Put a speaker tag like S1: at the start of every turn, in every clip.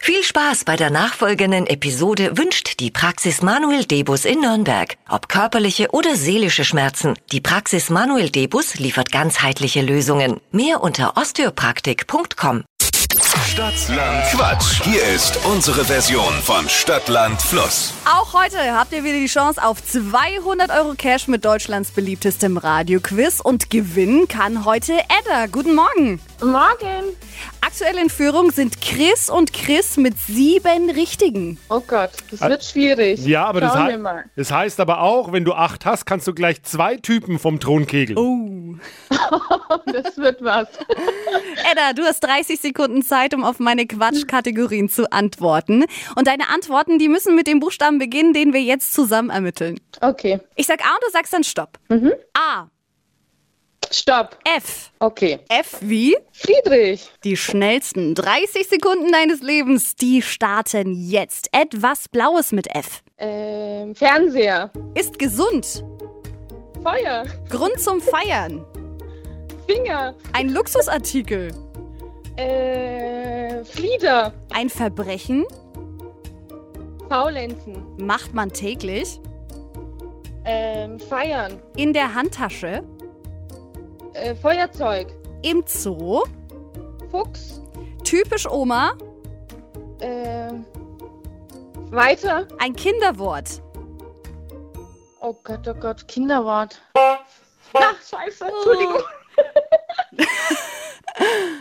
S1: Viel Spaß bei der nachfolgenden Episode wünscht die Praxis Manuel Debus in Nürnberg. Ob körperliche oder seelische Schmerzen, die Praxis Manuel Debus liefert ganzheitliche Lösungen. Mehr unter osteopraktik.com.
S2: Stadtland Quatsch. Hier ist unsere Version von Stadtland Fluss.
S3: Auch heute habt ihr wieder die Chance auf 200 Euro Cash mit Deutschlands beliebtestem Radioquiz und gewinnen kann heute Edda. Guten Morgen.
S4: Morgen.
S3: Aktuell in Führung sind Chris und Chris mit sieben Richtigen.
S4: Oh Gott, das wird schwierig.
S5: Ja, aber das,
S4: Schauen
S5: hei-
S4: wir mal.
S5: das heißt aber auch, wenn du acht hast, kannst du gleich zwei Typen vom Thron kegeln.
S3: Oh.
S4: Das wird was.
S3: Edda, du hast 30 Sekunden Zeit, um auf meine Quatschkategorien zu antworten. Und deine Antworten, die müssen mit dem Buchstaben beginnen, den wir jetzt zusammen ermitteln.
S4: Okay.
S3: Ich sag A und du sagst dann Stopp. A,
S4: Stopp.
S3: F.
S4: Okay.
S3: F wie?
S4: Friedrich.
S3: Die schnellsten 30 Sekunden deines Lebens, die starten jetzt. Etwas Blaues mit F.
S4: Ähm, Fernseher.
S3: Ist gesund.
S4: Feuer.
S3: Grund zum Feiern.
S4: Finger.
S3: Ein Luxusartikel.
S4: Äh, Flieder.
S3: Ein Verbrechen
S4: Faulenzen.
S3: macht man täglich.
S4: Ähm, Feiern.
S3: In der Handtasche.
S4: Äh, Feuerzeug.
S3: Im Zoo.
S4: Fuchs.
S3: Typisch Oma.
S4: Ähm, weiter.
S3: Ein Kinderwort.
S4: Oh Gott, oh Gott. Kinderwort. Ach, scheiße. Entschuldigung.
S3: Oh.
S5: Äh,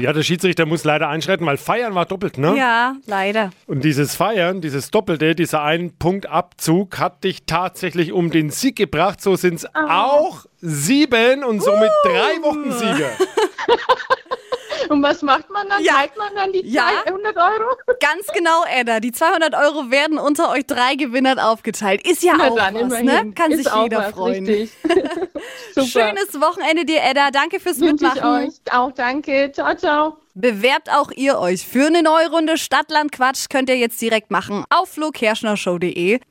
S5: Ja, der Schiedsrichter muss leider einschreiten, weil Feiern war doppelt, ne?
S3: Ja, leider.
S5: Und dieses Feiern, dieses Doppelte, dieser ein Punkt Abzug hat dich tatsächlich um den Sieg gebracht. So sind es
S4: Ah.
S5: auch sieben und somit drei Wochen Sieger.
S4: Und was macht man dann?
S3: Ja.
S4: Zeigt man dann die
S3: Ja.
S4: 200 Euro?
S3: Ganz genau, Edda. Die 200 Euro werden unter euch drei Gewinnern aufgeteilt. Ist ja
S4: Na
S3: auch
S4: dann,
S3: was,
S4: immerhin.
S3: ne? Kann
S4: Ist
S3: sich
S4: auch
S3: jeder
S4: was,
S3: freuen.
S4: Richtig. Super.
S3: Schönes Wochenende dir, Edda. Danke fürs
S4: wünsche ich
S3: Mitmachen.
S4: euch auch. Danke. Ciao, ciao.
S3: Bewerbt auch ihr euch für eine neue Runde Stadtlandquatsch. Könnt ihr jetzt direkt machen auf flokerschnershow.de.